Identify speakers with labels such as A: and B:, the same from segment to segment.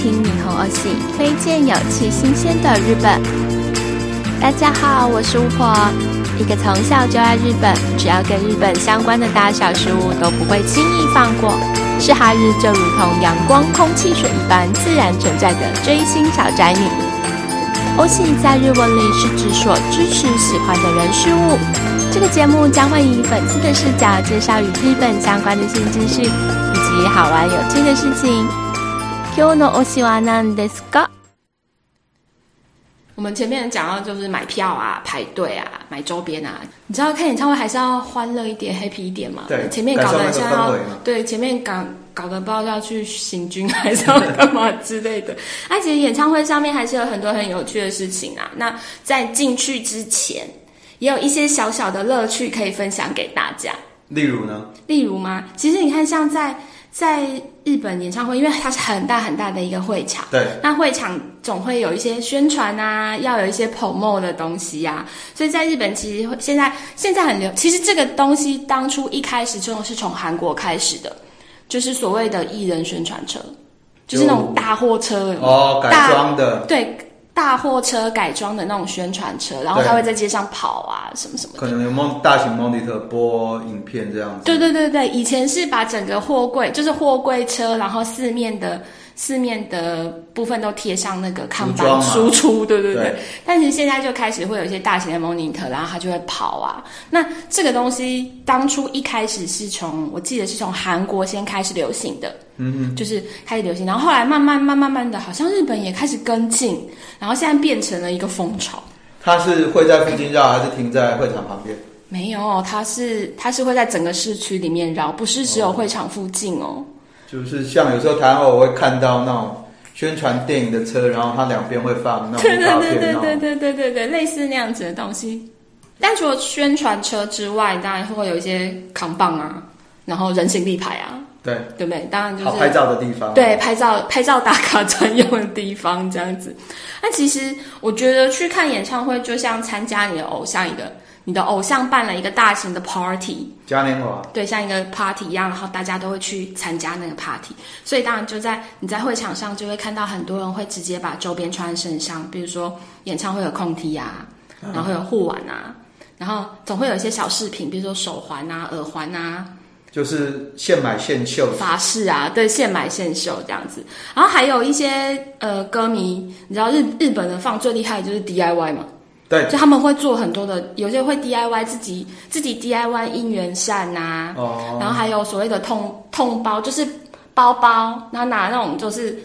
A: 游戏，推荐有趣新鲜的日本。大家好，我是巫婆，一个从小就爱日本，只要跟日本相关的大小事物都不会轻易放过，是哈日就如同阳光、空气、水一般自然存在的追星小宅女。欧系在日文里是指所支持、喜欢的人事物。这个节目将会以粉丝的视角介绍与日本相关的新资讯，以及好玩有趣的事情。今日の推しは何ですか？
B: 我们前面讲到就是买票啊、排队啊、买周边啊，你知道看演唱会还是要欢乐一点、happy 一点嘛。
C: 对
B: 前面搞得
C: 感受
B: 像
C: 那个
B: 要
C: 氛围嘛
B: 对前面搞搞得不知道要去行军还是要干嘛之类的。 那、其实演唱会上面还是有很多很有趣的事情啊。那在进去之前，也有一些小小的乐趣可以分享给大家。
C: 例如呢，
B: 例如吗？其实你看，像在在日本演唱会，因为它是很大很大的一个会场，
C: 对，
B: 那会场总会有一些宣传啊，要有一些 promo 的东西呀、所以在日本其实会现在现在很流，其实这个东西当初一开始就是从韩国开始的，就是所谓的艺人宣传车，就是那种
C: 就
B: 大货车有没有
C: 哦，改装的，
B: 对大货车改装的那种宣传车，然后
C: 对
B: 它会在街上跑啊，什么什么的
C: 可能有梦大型 monitor 播影片这样子。
B: 对对对对，以前是把整个货柜，就是货柜车，然后四面的四面的部分都贴上那个看
C: 服
B: 板
C: 装嘛
B: 输出，对啊对对。
C: 对
B: 但是现在就开始会有一些大型的 monitor，然后它就会跑啊。那这个东西当初一开始是从我记得是从韩国先开始流行的，嗯嗯，就是开始流行，然后后来慢慢慢慢慢的，好像日本也开始跟进，然后现在变成了一个风潮。
C: 它是会在附近绕，还是停在会场旁边？
B: 没有，它是它是会在整个市区里面绕，不是只有会场附近哦
C: 就是像有时候台湾我会看到那种宣传电影的车，然后它两边会放那种
B: 对
C: 预告
B: 对对对
C: 片那
B: 对
C: 种。
B: 对对对对，类似那样子的东西。但除了宣传车之外，当然会有一些扛棒啊，然后人形立牌啊，
C: 对，
B: 对不对？当然就
C: 好
B: 是
C: 拍照啊的地方。
B: 对，拍照拍照打卡 专用的地方这样子。那其实我觉得去看演唱会就像参加你的偶像一个，你的偶像办了一个大型的 party，
C: 嘉年华。
B: 对，像一个 party 一样，然后大家都会去参加那个 party，所以当然就在你在会场上就会看到很多人会直接把周边穿在身上，比如说演唱会有空踢啊，然后有护腕啊，然后总会有一些小饰品，比如说手环啊、耳环啊，
C: 就是现买现秀，
B: 法式啊，对，现买现秀这样子。然后还有一些呃歌迷，你知道日日本人放最厉害的就是 DIY 嘛，
C: 对，
B: 就他们会做很多的，有些会 DIY 自己自己 DIY 姻缘扇啊，
C: 哦，
B: 然后还有所谓的痛痛包，就是包包，然后拿那种就是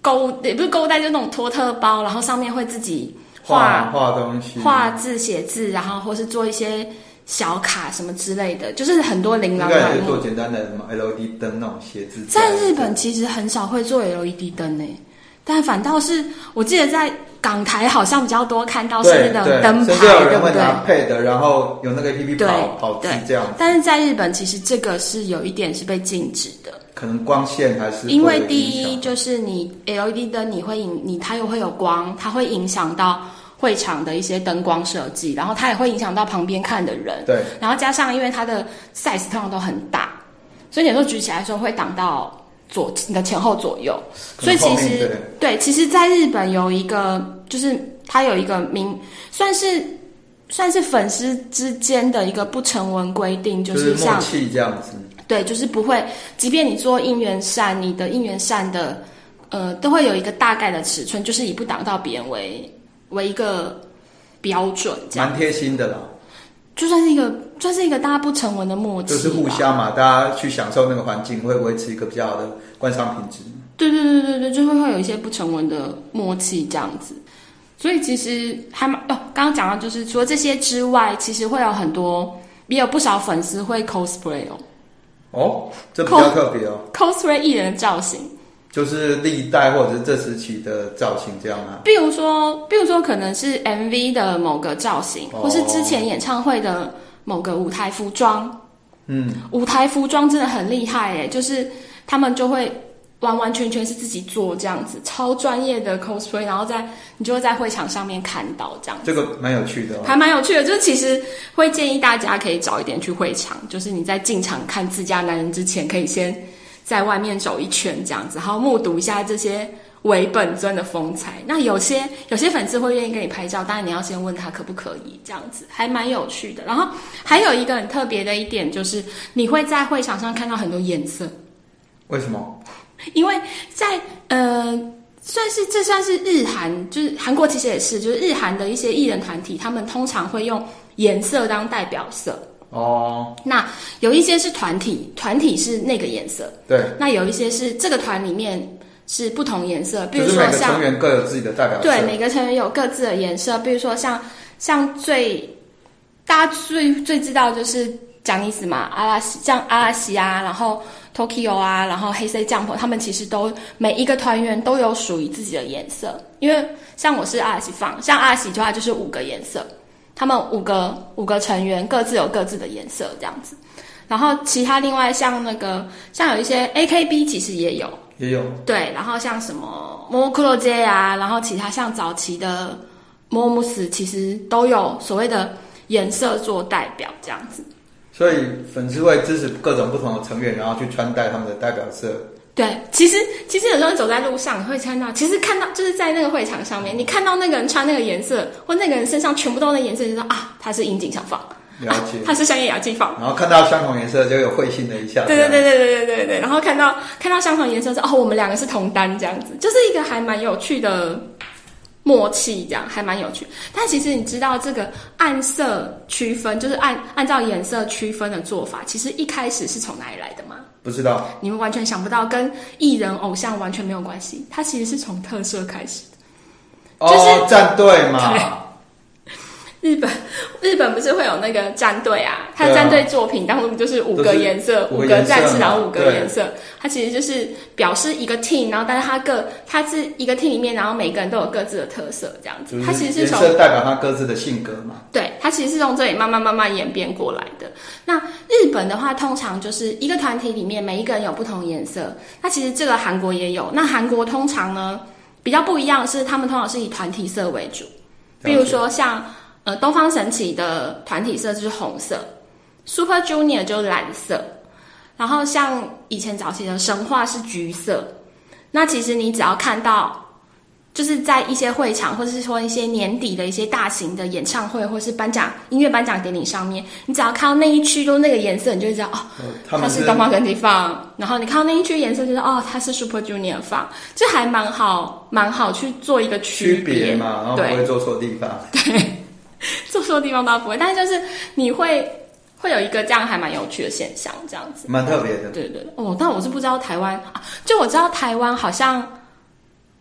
B: 购物也不是购物袋，就是那种托特包，然后上面会自己
C: 画画东西，
B: 画字、写字，然后或是做一些小卡什么之类的，就是很多琳
C: 应
B: 琅
C: 该
B: 满
C: 也是
B: 目
C: 做。简单的什么 LED 灯那种写字架。
B: 在日本其实很少会做 LED 灯诶，但反倒是我记得在港台好像比较多看到是
C: 对
B: 那
C: 对
B: 种灯牌，
C: 甚至有
B: 对
C: 人
B: 不
C: 会
B: 对？
C: 拿配的，然后有那个 APP
B: 对
C: 跑跑字
B: 对
C: 这样，
B: 但是在日本其实这个是有一点是被禁止的。
C: 可能光线还是
B: 因为
C: 会
B: 第一
C: 影响
B: 就是你 LED 灯，你会影你它又会有光，它会影响到会场的一些灯光设计，然后它也会影响到旁边看的人。
C: 对
B: 然后加上因为它的 size 通常都很大，所以有时候举起来的时候会挡到左你的前后左右。
C: 可
B: 所以
C: 能
B: 其
C: 后面
B: 实
C: 对
B: 对，其实在日本有一个就是它有一个名算是。算是粉丝之间的一个不成文规定，就
C: 就是
B: 是
C: 默
B: 像
C: 契这样子，
B: 对，就是不会，即便你做应援扇，你的应援扇的呃都会有一个大概的尺寸，就是以不挡到别人为为一个标准，这样
C: 蛮贴心的啦，
B: 就算是一个算是一个大家不成文的默契
C: 就
B: 吧，
C: 是互相嘛，大家去享受那个环境，会维持一个比较好的观赏品质。
B: 对对对对对，就会会有一些不成文的默契这样子。所以其实还蛮哦，刚刚讲到就是除了这些之外，其实会有很多也有不少粉丝会 cosplay 哦
C: 哦，这比较特别哦，
B: ，cosplay 艺人的造型。
C: 就是历代或者是这时期的造型这样啊。
B: 比如说，比如说可能是 MV 的某个造型，
C: 哦
B: 或是之前演唱会的某个舞台服装。
C: 嗯，
B: 舞台服装真的很厉害诶，就是他们就会完完全全是自己做这样子，超专业的 cosplay，然后在你就会在会场上面看到这样子。
C: 这个蛮有趣的哦。
B: 还蛮有趣的，就是其实会建议大家可以早一点去会场，就是你在进场看自家男人之前，可以先在外面走一圈这样子，然后目睹一下这些为本尊的风采。那有些有些粉丝会愿意跟你拍照，当然你要先问他可不可以，这样子还蛮有趣的。然后还有一个很特别的一点就是，你会在会场上看到很多颜色，
C: 为什么？
B: 因为在呃。算是这算是日韩，就是韩国其实也是，就是日韩的一些艺人团体，他们通常会用颜色当代表色。
C: 哦，
B: 那有一些是团体，团体是那个颜色，
C: 对，
B: 那有一些是这个团里面是不同颜色，比
C: 就
B: 如
C: 是
B: 说
C: 每个成
B: 像
C: 员各有自己的代表色。
B: 对每个成员有各自的颜色，比如说像像最大家最最知道就是蒋尼斯嘛，阿拉西像阿拉西啊，然后 Tokyo 啊，然后黑色帐篷，他们其实都每一个团员都有属于自己的颜色，因为像我是阿拉西放，像阿拉西的话就是五个颜色，他们五个五个成员各自有各自的颜色这样子。然后其他另外像那个像有一些 AKB 其实也有，
C: 也有
B: 对，然后像什么 m o k u r o j 啊，然后其他像早期的 Momus，其实都有所谓的颜色做代表这样子。
C: 所以粉丝会支持各种不同的成员，然后去穿戴他们的代表色。
B: 对，其实其实有时候你走在路上，你会看到，其实看到就是在那个会场上面，你看到那个人穿那个颜色，或那个人身上全部都那颜色，你就说啊，他是樱井相放，
C: 了解
B: 啊、 他是香叶雅纪放。
C: 然后看到相同颜色就有会心的一笑。
B: 对对对
C: 这样，
B: 对对对对对，然后看到看到相同颜色说哦，我们两个是同单这样子，就是一个还蛮有趣的默契，这样还蛮有趣。但其实你知道这个按色区分，就是按按照颜色区分的做法，其实一开始是从哪里来的吗？
C: 不知道
B: 你们完全想不到，跟艺人偶像完全没有关系，它其实是从特色开始的。就是
C: 哦，战队嘛，
B: 日本 日本不是会有那个战队啊？它
C: 对啊
B: 战队作品当中就是五
C: 都
B: 个
C: 啊是
B: 颜色，
C: 五
B: 五
C: 个
B: 个
C: 颜色嘛
B: 战士，然后五个
C: 对
B: 颜色。它其实就是表示一个 team，然后但是它各它是一个 team 里面，然后每个人都有各自的特色，这样子
C: 就。
B: 它其实
C: 颜
B: 是从
C: 色代表他各自的性格嘛。
B: 对，它其实是从这里慢慢慢慢演变过来的。那日本的话，通常就是一个团体里面每一个人有不同颜色。那其实这个韩国也有。那韩国通常呢比较不一样是，他们通常是以团体色为主，
C: 了解
B: 比如说像呃东方神起的团体色就是红色，Super Junior 就是蓝色，然后像以前早期的神话是橘色。那其实你只要看到就是在一些会场，或者是说一些年底的一些大型的演唱会，或是颁奖音乐颁奖典礼上面，你只要看到那一区都那个颜色，你就会知道哦，
C: 呃他们
B: 是东方神起放。然后你看到那一区颜色，就是哦，它是 Super Junior 放，这还蛮好，蛮好去做一个
C: 区
B: 别
C: 别嘛，然后不
B: 对
C: 会，做错地方。
B: 做错地方倒不会，但是就是你会会有一个这样还蛮有趣的现象，这样子。
C: 蛮特别的。
B: 对对对哦，但我是不知道台湾啊，就我知道台湾好像，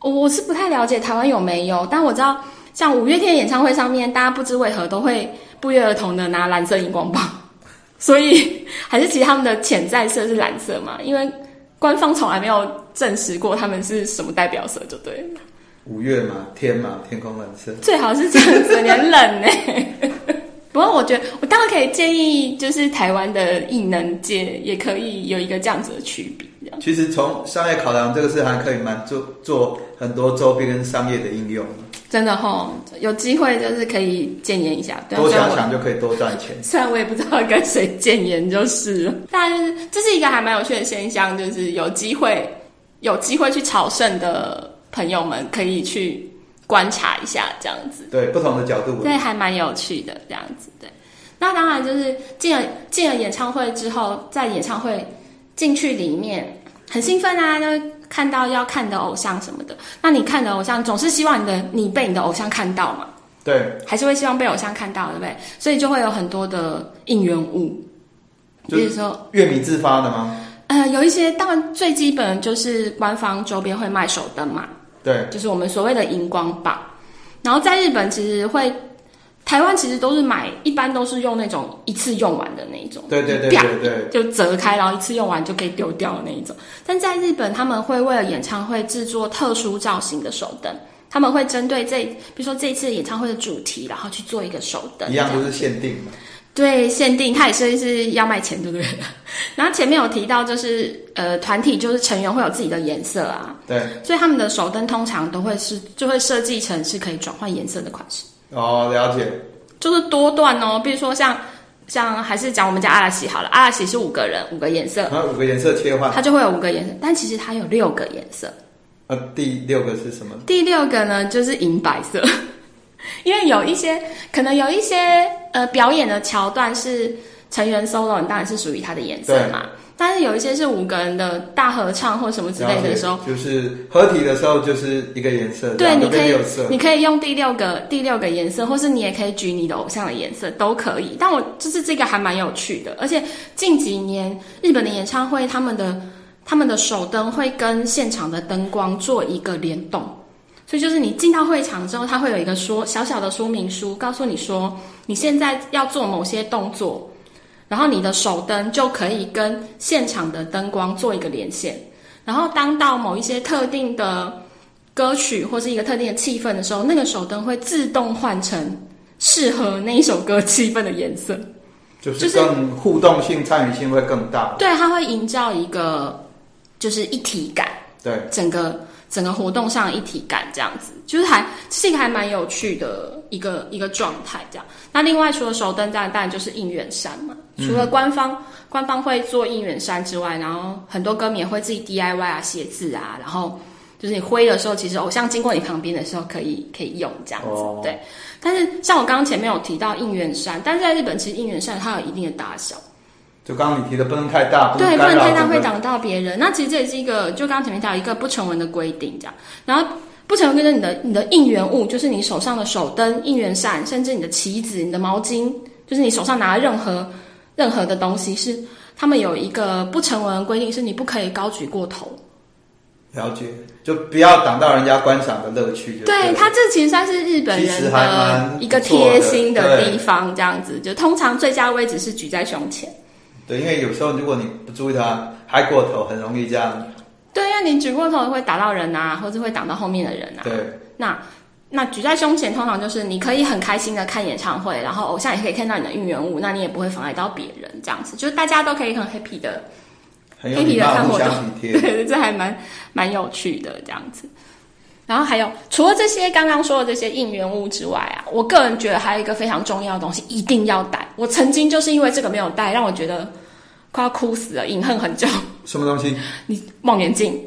B: 我我是不太了解台湾有没有，但我知道像五月天演唱会上面，大家不知为何都会不约而同的拿蓝色荧光棒， 所以 还是其实他们的潜在色是蓝色嘛，因为官方从来没有证实过他们是什么代表色，就对了。
C: 五月嘛，天嘛，天空蓝色。
B: 最好是这样子，你很冷呢、 不过我觉得，我当然可以建议，就是台湾的艺能界也可以有一个这样子的区别，这样。
C: 其实从商业考量，这个是还可以蛮做做很多周边跟商业的应用，
B: 真的吼，有机会就是可以建言一下。对啊
C: 多
B: 虽然
C: 想
B: 我
C: 想就可以多赚钱。
B: 虽然我也不知道跟谁建言就是了，但是这是一个还蛮有趣的现象，就是有机会有机会去朝圣的朋友们可以去观察一下，这样子。
C: 对，不同的角度，
B: 对，还蛮有趣的这样子。对，那当然就是进了进了演唱会之后，在演唱会进去里面很兴奋啊，就看到要看的偶像什么的。那你看的偶像总是希望你的你被你的偶像看到嘛，
C: 对，
B: 还是会希望被偶像看到，对不对？所以就会有很多的应援物，
C: 就
B: 比如说
C: 乐迷自发的吗？
B: 呃，有一些当然最基本就是官方周边会卖手灯嘛，
C: 对，
B: 就是我们所谓的荧光棒。然后在日本其实会，台湾其实都是买，一般都是用那种一次用完的那一种，
C: 对对对
B: 啪
C: 对对，
B: 就折开，然后一次用完就可以丢掉的那一种。但在日本，他们会为了演唱会制作特殊造型的手灯，他们会针对这，比如说这一次演唱会的主题，然后去做一个手灯，
C: 一样都是限定嘛。
B: 对，限定，它也是是要卖钱，对不对？ 然后前面有提到，就是呃，团体就是成员会有自己的颜色啊，
C: 对，
B: 所以他们的手灯通常都会是就会设计成是可以转换颜色的款式，
C: 哦，了解。
B: 就是多段哦。比如说像像还是讲我们家阿拉西好了，阿拉西是五个人五个颜色，
C: 然后五个颜色切换，
B: 它就会有五个颜色，但其实它有六个颜色，
C: 呃，第六个是什么？
B: 第六个呢，就是银白色， 因为有一些可能有一些呃表演的桥段是成员 solo，你当然是属于他的颜色嘛。但是有一些是五个人的大合唱或什么之类的时候，
C: 就是合体的时候就是一个颜色，
B: 对，
C: 然
B: 你
C: 后都
B: 可
C: 变
B: 以
C: 六色，
B: 你可以用第六个第六个颜色，或是你也可以举你的偶像的颜色都可以。但我就是这个还蛮有趣的，而且近几年日本的演唱会，他们的他们的手灯会跟现场的灯光做一个联动，所以就是你进到会场之后，它会有一个说小小的说明书，告诉你说你现在要做某些动作，然后你的手灯就可以跟现场的灯光做一个连线。然后当到某一些特定的歌曲或是一个特定的气氛的时候，那个手灯会自动换成适合那一首歌气氛的颜色。
C: 就是
B: 就是
C: 更互动性、参与性会更大。
B: 对，它会营造一个就是一体感，
C: 对，
B: 整个整个活动上的一体感这样子，就是还是一个还蛮有趣的一个一个状态这样。那另外除了手灯，当然当然就是应援衫嘛。
C: 嗯
B: 除了官方、官方会做应援衫之外，然后很多歌迷也会自己 DIY 啊写字啊，然后就是你挥的时候，其实偶像经过你旁边的时候可以可以用这样子。
C: 哦
B: 对，但是像我刚刚前面有提到应援衫，但是在日本其实应援衫它有一定的大小。
C: 就刚刚你提的不能太大，
B: 对，不
C: 干
B: 能
C: 扰
B: 太大会
C: 整
B: 挡
C: 个
B: 到别人。那其实这也是一个，就刚刚前面提到一个不成文的规定，这样。然后不成文规定，你的你的应援物就是你手上的手灯、应援扇，甚至你的旗子、你的毛巾，就是你手上拿的任何任何的东西是。他们有一个不成文的规定，是你不可以高举过头。
C: 了解，就不要挡到人家观赏的乐趣就
B: 对，
C: 了
B: 它这其实算是日本
C: 其实
B: 人
C: 还
B: 的
C: 蛮
B: 一个
C: 不错的
B: 贴心的
C: 对
B: 地方，这样子。就通常最佳位置是举在胸前。
C: 对，因为有时候如果你不注意它，嗨过头，很容易这样。
B: 对，因为你举过头会打到人啊，或者会挡到后面的人啊。
C: 对，
B: 那那举在胸前，通常就是你可以很开心的看演唱会，然后偶像也可以看到你的应援物，那你也不会妨碍到别人，这样子，就是大家都可以很 happy 的
C: 很有
B: happy
C: 礼
B: 的
C: 貌，
B: 看
C: 互
B: 活动
C: 相体，贴。
B: 对，这还蛮蛮有趣的这样子。然后还有，除了这些刚刚说的这些应援物之外啊，我个人觉得还有一个非常重要的东西一定要带。我曾经就是因为这个没有带，让我觉得快要哭死了，隐 恨很久。
C: 什么东西？
B: 你望远镜，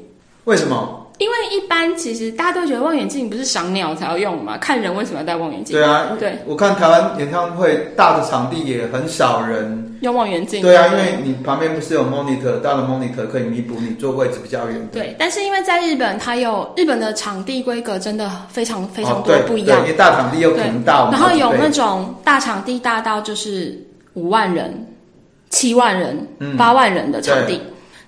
C: 为什么？
B: 因为一般其实大家都觉得望远镜不是赏鸟才要用嘛，看人为什么要戴望远镜？
C: 对啊，
B: 对，
C: 我看台湾演唱会大的场地也很少人。
B: 用望远镜。
C: 对啊，因为你旁边不是有 monitor，大的 monitor 可以弥补你坐位置比较远。
B: 对，但是因为在日本，它有日本的场地规格真的非常非常
C: 哦
B: 多
C: 对
B: 不一
C: 对
B: 样，
C: 因为大场地又
B: 对
C: 频道，
B: 然后有那
C: 对
B: 种大场地大到就是五万人、七万人、
C: 嗯
B: 八万人的场地。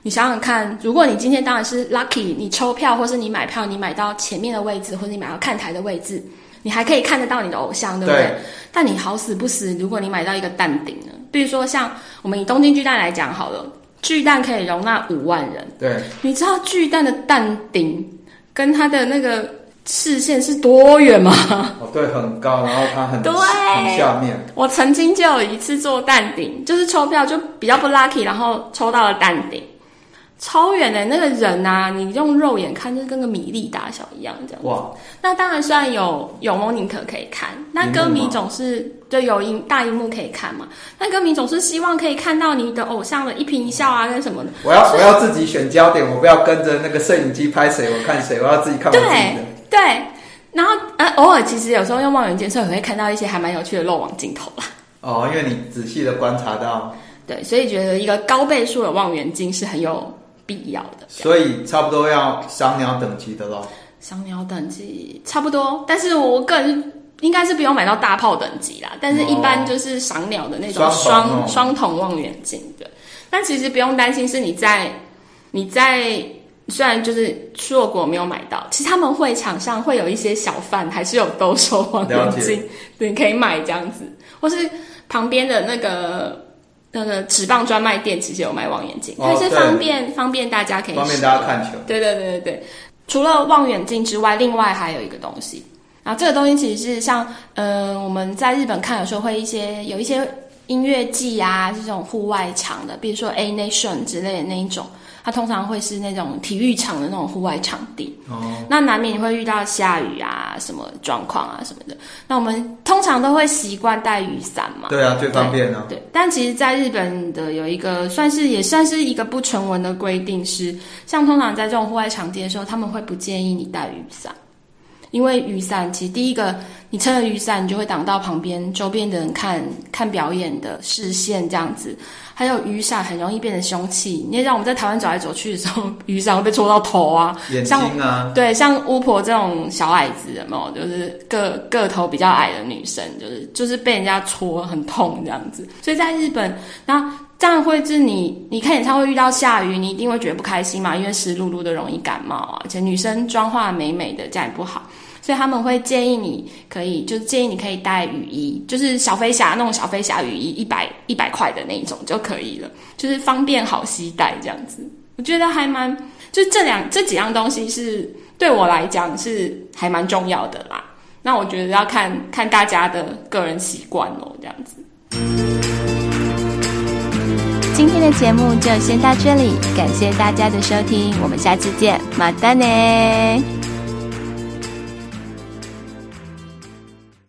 B: 你想想看，如果你今天当然是 lucky，你抽票或是你买票，你买到前面的位置，或者你买到看台的位置，你还可以看得到你的偶像，对不对？
C: 对
B: 但你好死不死，如果你买到一个蛋顶呢？比如说像我们以东京巨蛋来讲好了，巨蛋可以容纳五万人，
C: 对，
B: 你知道巨蛋的蛋顶跟它的那个视线是多远吗？
C: 哦对，很高，然后它很
B: 对
C: 很下面，
B: 我曾经就有一次做蛋顶，就是抽票就比较不 lucky，然后抽到了蛋顶，超远的、那个人啊，你用肉眼看就是跟个米粒大小一样这样。
C: 哇，
B: 那当然，虽然有有 monitor 可以看，那歌
C: 荧幕
B: 迷
C: 吗
B: 总是对有荧大荧幕可以看嘛，那歌迷总是希望可以看到你的偶像的一颦一笑啊，跟什么的。
C: 我要我要自己选焦点，我不要跟着那个摄影机拍谁，我看谁，我要自己看我自己的。
B: 对，然后呃，偶尔其实有时候用望远镜的时候，也会看到一些还蛮有趣的漏网镜头啦。
C: 哦，因为你仔细的观察到，
B: 对，所以觉得一个高倍数的望远镜是很有必要的。
C: 所以差不多要赏鸟等级的咯。
B: 赏鸟等级差不多，但是我个人应该是不用买到大炮等级啦，但是一般就是赏鸟的那种
C: 哦双筒
B: 双
C: 哦
B: 双筒望远镜对。但其实不用担心，是你在你在虽然就是硕果没有买到，其实他们会场上会有一些小贩还是有兜售望
C: 了
B: 远
C: 解
B: 镜， 对，你可以买这样子，或是旁边的那个。那个纸棒专卖店其实有卖望远镜，
C: 哦
B: 它是
C: 对
B: 方便方便大家可以
C: 方便
B: 使
C: 大
B: 用
C: 家看球。
B: 对对对对对，除了望远镜之外，另外还有一个东西，然后这个东西其实是像呃我们在日本看有时候会一些有一些音乐季啊这种户外场的，比如说 A Nation 之类的那一种，它通常会是那种体育场的那种户外场地。
C: 哦，
B: 那难免会遇到下雨啊，什么状况啊什么的。那我们通常都会习惯带雨伞嘛。
C: 对啊，最方便啊。
B: 对，但其实，在日本的有一个算是也算是一个不成文的规定是，像通常在这种户外场地的时候，他们会不建议你带雨伞，因为雨伞其实第一个，你撑了雨伞，你就会挡到旁边周边的人看看表演的视线这样子。还有雨伞很容易变成凶器，你也让我们在台湾走来走去的时候， 雨伞会被戳到头啊，
C: 眼睛
B: 像
C: 啊，
B: 对，像巫婆这种小矮子，有没有？就是个个头比较矮的女生，就是就是被人家戳很痛这样子。所以在日本，那这样会是你你看演唱会遇到下雨，你一定会觉得不开心嘛，因为湿漉漉的容易感冒啊，而且女生妆化美美的这样也不好。所以他们会建议你可以，就是建议你可以带雨衣，就是小飞侠那种小飞侠雨衣，一百一百块的那一种就可以了，就是方便好携带这样子。我觉得还蛮，就这两这几样东西是对我来讲是还蛮重要的啦。那我觉得要看看大家的个人习惯哦，这样子。
A: 今天的节目就先到这里，感谢大家的收听，我们下次见，马丹呢。